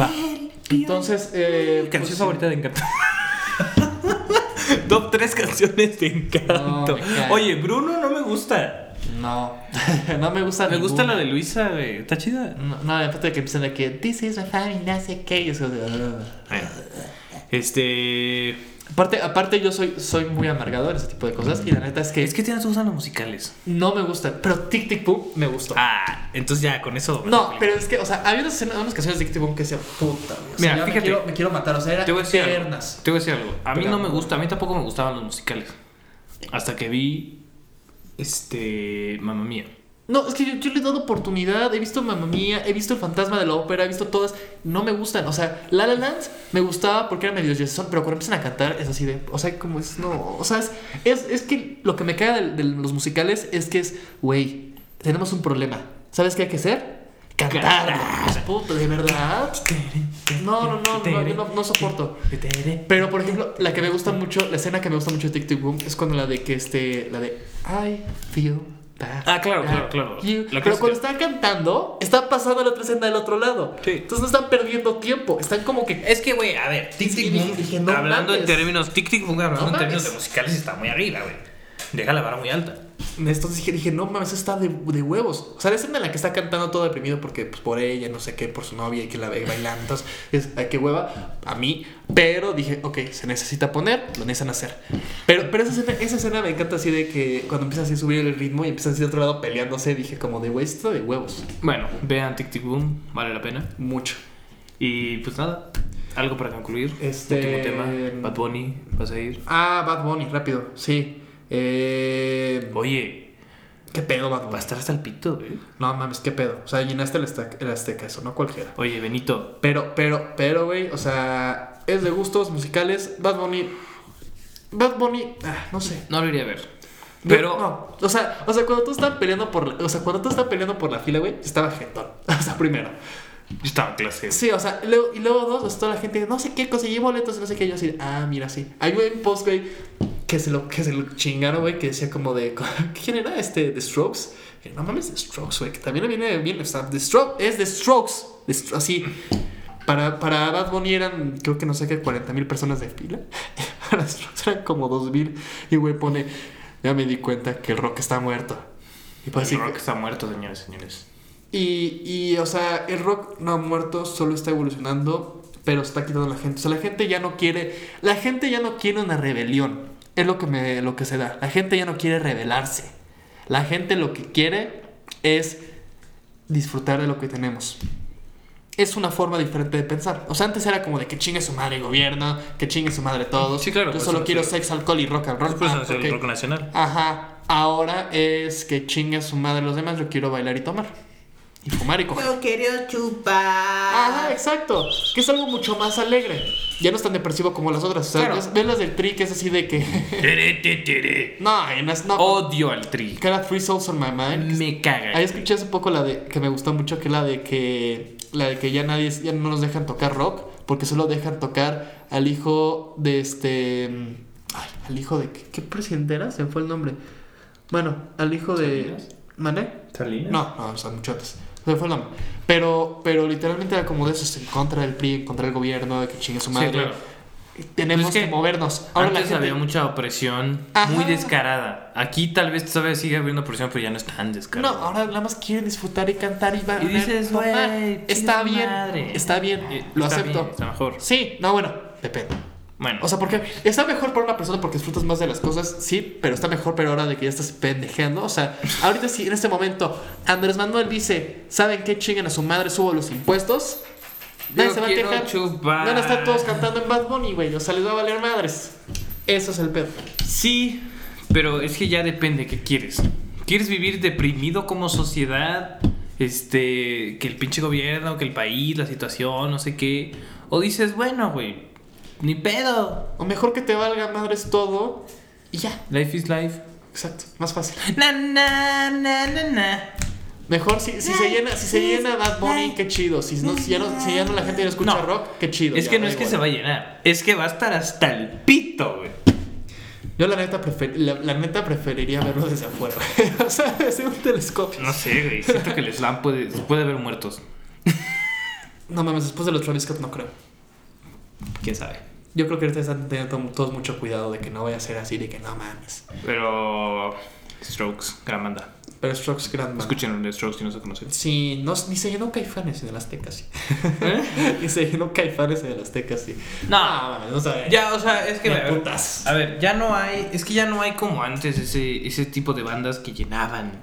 B: Va.
A: Entonces, eh.
B: ¿Canción
A: pues,
B: favorita de Encanto? Top 3 canciones de Encanto.
A: No, me cae.
B: Oye, Bruno no me gusta.
A: No. no me gusta.
B: Me gusta
A: ninguna.
B: la de Luisa, güey. Está chida.
A: No, no, aparte de que empiezan de que. This is my family, no sé qué. y eso de, "Ugh".
B: Bueno. Este.
A: Aparte, aparte yo soy, soy muy amargador, ese tipo de cosas. Y la neta es que.
B: Es que tienes gustan los musicales.
A: No me gusta. Pero Tic Tic Boom me gustó.
B: Ah, entonces ya con eso.
A: No, pero es que, o sea, había unas, escenas- unas canciones de Tic Tic Boom que decían puta, güey.
B: Mira,
D: yo
B: fíjate.
D: Me quiero, me quiero matar, o sea, era
B: Te voy a decir
D: eternas.
B: algo. Te voy a decir algo. A mí
A: Pero-
B: no me gusta, a mí tampoco me gustaban los musicales. Hasta que vi. Este. Mamma mía.
A: No, es que yo, yo le he dado oportunidad, he visto Mamma Mía, he visto El Fantasma de la Ópera, he visto todas, no me gustan, o sea, La La Land me gustaba porque era medio jazzón, pero cuando empiezan a cantar es así de, o sea, como es, no, o sea, es, es, es que lo que me caga de, de los musicales es que es, güey, tenemos un problema, ¿sabes qué hay que hacer? Cantar,
B: Cantar.
A: puto, de verdad. No, no, no, no, yo no, no soporto. Pero por ejemplo, la que me gusta mucho, la escena que me gusta mucho de Tic Tic Boom es cuando la de que este, la de I feel bad.
B: Ah, claro, claro,
A: about
B: claro.
A: you". Pero
B: La clásica.
A: cuando están cantando, están pasando a la otra escena del otro lado.
B: Sí.
A: Entonces no están perdiendo tiempo, están como que
B: Es que, güey, a ver, Tic
A: Sí,
B: Tic Boom.
A: dije, no
B: hablando en
A: mames.
B: términos. Tic Tic Boom, hablando
A: No
B: en términos
A: mames.
B: de musicales, está muy arriba, güey. Deja la vara muy alta.
A: entonces dije, dije, no mames, eso está de, de huevos. O sea, la escena en la que está cantando todo deprimido porque pues por ella, no sé qué, por su novia y que la ve bailando. Entonces, es ay, qué hueva a mí, pero dije, ok, se necesita poner, lo necesitan hacer. Pero pero esa escena, esa escena me encanta así de que cuando empieza así a subir el ritmo y empieza así de otro lado peleándose, dije como de güey, esto está de huevos.
B: Bueno, vean Tic Tic Boom, vale la pena.
A: Mucho.
B: Y pues nada, algo para concluir.
A: Este-
B: Último tema. Bad Bunny, vas a ir.
A: Ah, Bad Bunny, rápido, sí. Eh,
B: Oye,
A: ¿Qué pedo, Bad
B: va a
A: Bunny?
B: estar hasta el pito, güey.
A: No mames, qué pedo. O sea, llenaste el azteca, el azteca eso, no cualquiera.
B: Oye, Benito,
A: Pero, pero, pero, güey, o sea, es de gustos musicales. Bad Bunny. Bad Bunny, ah, no sé.
B: no lo iría a ver.
A: No,
B: Pero.
A: No, O sea, o sea, cuando tú estás peleando por la, o sea, cuando tú estás peleando por la fila, güey, yo estaba gentón. O sea, primero.
B: Yo estaba en clase.
A: Sí, o sea, luego- y luego dos, o sea, toda la gente, no sé qué, conseguí boletos, no sé qué. Yo así, ah, mira, sí. Hay un post, güey, que se lo, que se lo chingaron, güey, que decía como de, ¿quién era este? The Strokes. Que no mames, The Strokes, güey, que también le viene bien, o sea, The Strokes, es The Strokes. The Stro- así. Para, para Bad Bunny eran, creo que no sé qué, 40 mil personas de fila. Para The Strokes eran como 2 mil. Y, güey, pone, ya me di cuenta que el rock está muerto. Y pues así,
B: el rock está muerto, señores, señores.
A: y, y, o sea, el rock no ha muerto, solo está evolucionando, pero está quitando a la gente. O sea, la gente ya no quiere, la gente ya no quiere una rebelión. Es lo que, me, lo que se da. La gente ya no quiere rebelarse. La gente lo que quiere es disfrutar de lo que tenemos. Es una forma diferente de pensar. O sea, antes era como de que chingue su madre el gobierno, que chingue su madre todos.
B: Sí, claro,
A: Yo
B: pues, por
A: solo
B: eso
A: quiero
B: nació-
A: sex, alcohol y rock and roll.
B: Por eso
A: Ah,
B: nació el
A: ok.
B: rock nacional.
A: Ajá. Ahora es que chingue a su madre los demás, yo quiero bailar y tomar. Y fumar y coger.
F: Yo quiero
A: Ajá,
F: chupar.
A: exacto. Que es algo mucho más alegre. Ya no es tan depresivo como las otras. O sea,
D: Claro.
A: ves, ves las del tri que es así de que.
B: Tere, te, tere.
A: no, en las- no.
B: Odio al tri.
A: Que era Three Souls on My Mind.
B: Me caga.
A: Ahí escuché hace poco la de que me gustó mucho, que la de que. La de que ya nadie. Ya no nos dejan tocar rock. Porque solo dejan tocar al hijo de este. Ay, al hijo de. ¿Qué, qué presidente era? Se me fue el nombre. Bueno, al hijo de.
B: ¿Salinas?
A: ¿Mané?
B: ¿Salinas?
A: No, no, o sea, mucho antes. Se me fue el nombre. Pero, pero literalmente era como de eso, es en contra del PRI, en contra del gobierno, de que chingue su
B: Sí,
A: madre.
B: claro.
A: Tenemos
B: Pues es
A: que,
B: que
A: movernos. Ahora la
B: Antes
A: gente...
B: había mucha opresión
A: Ajá.
B: muy descarada. Aquí tal vez todavía sigue habiendo opresión, pero ya no es tan
A: No,
B: descarada.
A: ahora nada más quieren disfrutar y cantar y bailar.
B: Y dices,
A: mamá,
B: güey,
A: está
B: chinga tu
A: bien,
B: madre.
A: está bien,
B: Eh,
A: lo
B: está
A: acepto.
B: bien, está mejor.
A: Sí, no, bueno, depende.
B: Bueno,
A: O sea, porque está mejor para una persona porque disfrutas más de las cosas, sí, pero está mejor, pero ahora de que ya estás pendejeando. O sea, ahorita sí, en este momento, Andrés Manuel dice: ¿Saben qué chingan a su madre? Subo los impuestos. Nadie
B: Yo
A: se va a
B: quiero
A: quejar.
B: chupar.
A: Van a estar todos cantando en Bad Bunny, güey. O sea, les va a valer madres. Eso es el pedo.
B: sí, pero es que ya depende qué quieres. ¿Quieres vivir deprimido como sociedad? Este, que el pinche gobierno, que el país, la situación, no sé qué. O dices, bueno, güey, ni pedo.
A: O mejor que te valga madres todo y ya.
B: Life is life.
A: Exacto, más fácil.
B: Na, na, na, na, na.
A: Mejor si, si se llena, si se llena Bad Bunny, qué chido. Si no, si ya no, si ya no la gente no escucha
B: No.
A: rock, qué chido.
B: Es
A: ya,
B: que no
A: da
B: es que
A: igual. ¿eh?
B: se va a llenar, es que va a estar hasta el pito, güey.
A: Yo la neta, prefer- la, la neta preferiría verlo desde afuera. o sea, desde un telescopio.
B: No sé, güey. Siento que el slam puede, puede haber muertos.
A: No mames, después de los Travis Scott no creo.
B: Quién sabe.
A: Yo creo que ahorita están teniendo to- todos mucho cuidado de que no vaya a ser así, de que no mames.
B: Pero. Strokes, gran banda.
A: Pero Strokes Grand Band.
B: Escuchen de Strokes si no se conocen.
A: Sí, no, ni se llenó Caifanes en el Azteca, sí.
B: ¿Eh?
A: ni se llenó Caifanes en el Azteca, sí.
B: No.
A: mames, no sabes.
B: Ya, o sea, es que.
A: Me
B: a ver,
A: putas.
B: A ver, ya no hay. Es que ya no hay como antes ese, ese tipo de bandas que llenaban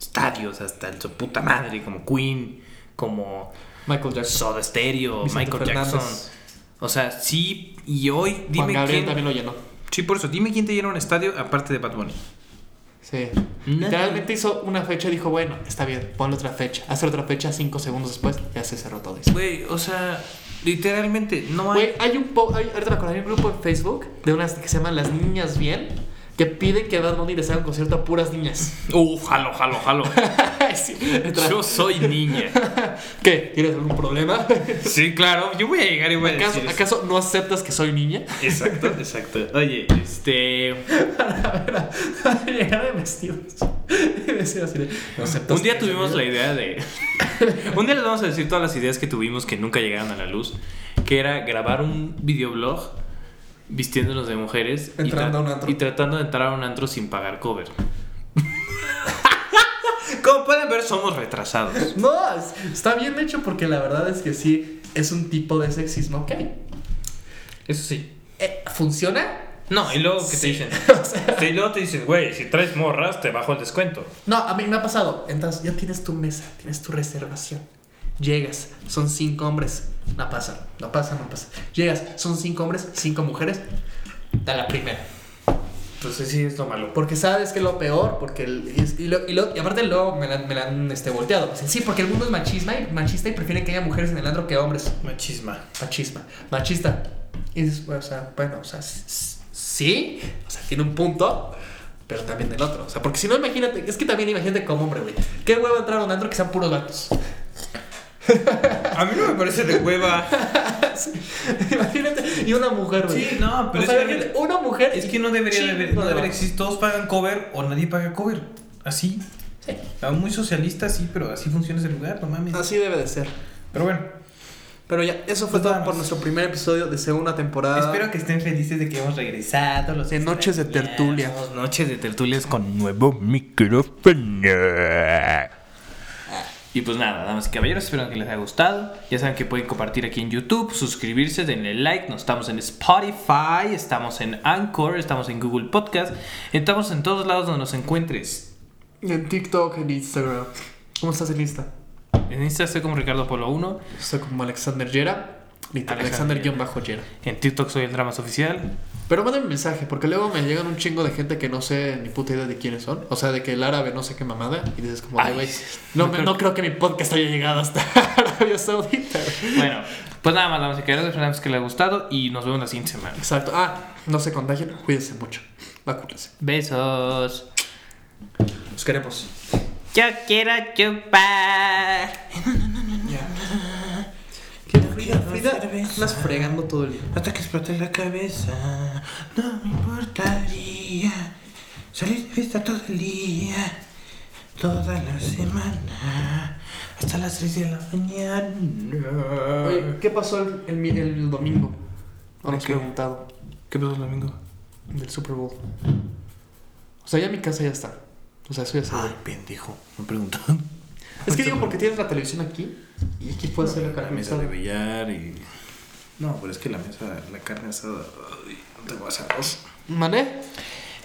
B: estadios hasta en su puta madre, como Queen, como
A: Michael Jackson.
B: Soda Stereo,
A: Vicente
B: Michael
A: Fernández.
B: Jackson. O sea, sí, y hoy dime
A: Juan Gabriel
B: quién.
A: también lo llenó.
B: Sí, por eso, dime quién te llena un estadio aparte de Bad Bunny.
A: Sí.
B: Nadie.
A: Literalmente hizo una fecha y dijo, bueno, está bien, ponle otra fecha. Hace otra fecha, cinco segundos después, ya se cerró todo eso.
B: Güey, o sea, literalmente no hay.
A: Güey, hay un po hay, ahorita me acordé, hay un grupo en Facebook de unas que se llaman Las Niñas Bien, que piden que Bad Bunny les haga un concierto a puras niñas.
B: Uh, jalo, jalo, jalo.
A: Sí, entra-
B: Yo soy niña.
A: ¿Qué? ¿Tienes algún problema?
B: Sí, claro, yo voy a llegar y voy a
A: ¿Acaso,
B: decir. eso.
A: acaso no aceptas que soy niña?
B: Exacto, exacto. Oye, este.
A: Llegar de vestidos. Y decir así de, "¿No aceptas
B: Un día
A: que soy
B: tuvimos la
A: niña?".
B: idea de. un día les vamos a decir todas las ideas que tuvimos que nunca llegaron a la luz. Que era grabar un videoblog vistiéndonos de mujeres y,
D: Entrando a un antro.
B: y tratando de entrar a un antro sin pagar cover. Como pueden ver, somos retrasados.
D: No, es- está bien hecho porque la verdad es que sí es un tipo de sexismo que hay.
B: Eso sí.
D: Eh, ¿Funciona?
B: No, y luego que te dicen. y luego te dicen, güey, si traes morras, te bajo el descuento.
D: No, a mí me ha pasado. Entonces, ya tienes tu mesa, tienes tu reservación. Llegas, son cinco hombres. No pasa, no pasa, no pasa. Llegas, son cinco hombres, cinco mujeres. Da la primera.
B: Entonces sí es lo malo.
D: Porque sabes que es lo peor, porque el- y, y lo- y lo- y aparte luego me la, me la han este, volteado. Me dicen, sí, porque el mundo es machismo y machista y prefieren que haya mujeres en el antro que hombres.
B: Machisma.
D: Machisma, machista. Y dices, bueno, o sea, bueno, o sea, s- s- sí, o sea, tiene un punto, pero también del otro. O sea, porque si no, imagínate, es que también imagínate como hombre, güey. Qué huevo entrar a un antro que sean puros gatos.
B: A mí no me parece de hueva.
D: imagínate, y una mujer, güey.
B: Sí, no, pero
D: o sea,
B: es que-
D: imagínate, una mujer.
B: Es
D: y
B: que no debería de
D: chingo
B: haber, no
D: de
B: debería
D: vatos.
B: existir. Todos pagan cover o nadie paga cover. Así. Ah, Muy socialista, sí, pero así funciona ese lugar, no mames.
A: Así debe de ser.
B: Pero bueno,
A: Pero ya, eso fue
B: Pues
A: todo
B: nada
A: por
B: más.
A: nuestro primer episodio de segunda
F: Ah.
A: temporada.
B: espero que estén felices de que hemos regresado. Los
A: De Noches de
B: extrañamos.
A: Tertulia.
B: Noches de tertulias con nuevo micrófono. Y pues nada, damas y caballeros, espero que les haya gustado. Ya saben que pueden compartir aquí en YouTube, suscribirse, denle like. Nos estamos en Spotify, estamos en Anchor, estamos en Google Podcast, estamos en todos lados donde nos encuentres.
A: En TikTok, en Instagram. ¿Cómo estás en Insta?
B: En Instagram estoy como Ricardo Polo 1,
A: Soy como Alexander Yera.
B: Alexander
A: Alexander-Yera.
B: en TikTok soy el Dramas Oficial.
A: Pero manden mensaje, porque luego me llegan un chingo de gente que no sé ni puta idea de quiénes son. O sea, de que el árabe no sé qué mamada. Y dices como,
B: Ay,
A: "Ay, güey, no, me- no creo que mi podcast haya llegado hasta Arabia Saudita. güey".
B: Bueno, pues nada más, damas y caballeros, esperamos que les haya gustado y nos vemos la siguiente semana.
A: Exacto. Ah, no se contagien, cuídense mucho. Vacúnense.
B: Besos.
D: Los queremos.
F: Yo quiero chupar.
D: Qué Frida, Frida, las fregando todo el día.
E: Hasta que explote la cabeza, no me importaría salir de fiesta todo el día, toda la semana, hasta hasta las 3 de la
B: Ah.
E: mañana.
A: Oye, ¿qué pasó el, el mi- el domingo? No nos has
E: ¿De qué?
A: preguntado.
E: ¿Qué pasó el domingo?
A: Del Super Bowl. O sea, ya mi casa ya está. O sea, eso ya se
B: Ah,
A: ve.
E: Ay, pendejo. Me preguntaron.
A: Es que digo, porque tienes la televisión aquí y aquí puedes hacer la
E: La mesa de
A: carnita.
E: billar y. No, pero es que la mesa, la carne asada. Ay, no tengo asados.
A: ¿Mané?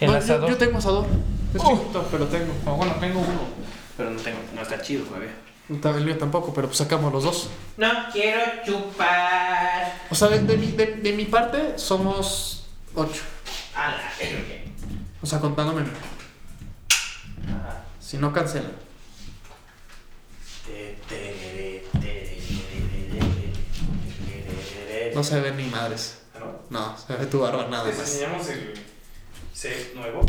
B: El
A: No, yo-
B: asador.
A: Yo, tengo asador. Es chiquito, pero tengo.
B: Oh, bueno, tengo uno. Pero no tengo, no está chido todavía.
A: No está el mío tampoco, pero pues sacamos los dos.
F: No quiero chupar.
A: O sea, de, de mi, de- de mi parte somos ocho.
F: A la verga.
A: O sea, contándome. a mí. Si no cancelan. No se ven ni madres. No, se ve tu barba nada más.
B: enseñamos el set nuevo?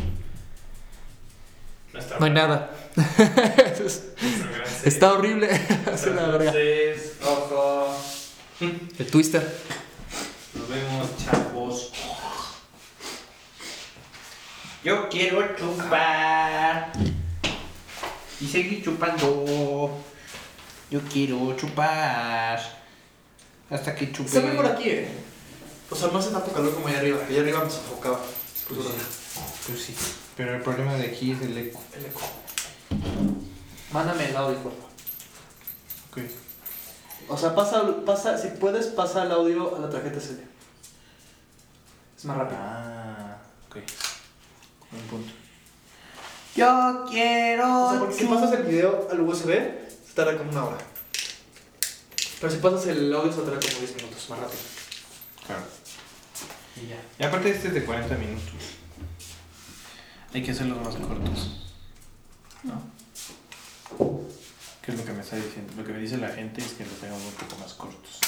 B: Nuestra
A: No hay nada. Está horrible. Es una verga.
B: ojo.
A: El twister.
B: Nos vemos, chavos.
F: Yo quiero chupar. Y seguir chupando. Yo quiero chupar. Hasta que chupe.
A: Se ve por aquí, eh. O sea, no hace tanto calor como allá arriba. Allá arriba me sofocaba.
F: Pues sí. Pero el problema de aquí es el eco.
A: El eco. Mándame el audio, por favor.
B: Ok.
A: O sea, pasa, pasa, si puedes, pasa el audio a la tarjeta SD. Es más rápido.
B: Ah, ok. Un punto.
F: Yo quiero
A: O sea, porque si pasas el video al USB, se tarda como una hora. Pero si pasas el audio, se tarda como 10 minutos, más rápido.
B: Claro.
A: Y ya.
B: Y aparte este es de 40 minutos. Hay que hacerlos más cortos.
A: No.
B: ¿Qué es lo que me está diciendo? Lo que me dice la gente es que los hagamos un poco más cortos.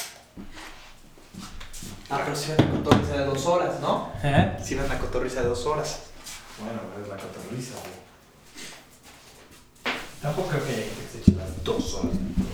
A: Ah, pero si ven la cotorriza de dos horas, ¿no?
B: ¿Eh?
A: Si ven la cotorriza de dos horas.
B: Bueno, pero es la catarriza, güey. Tampoco creo que haya gente que se eche las dos horas.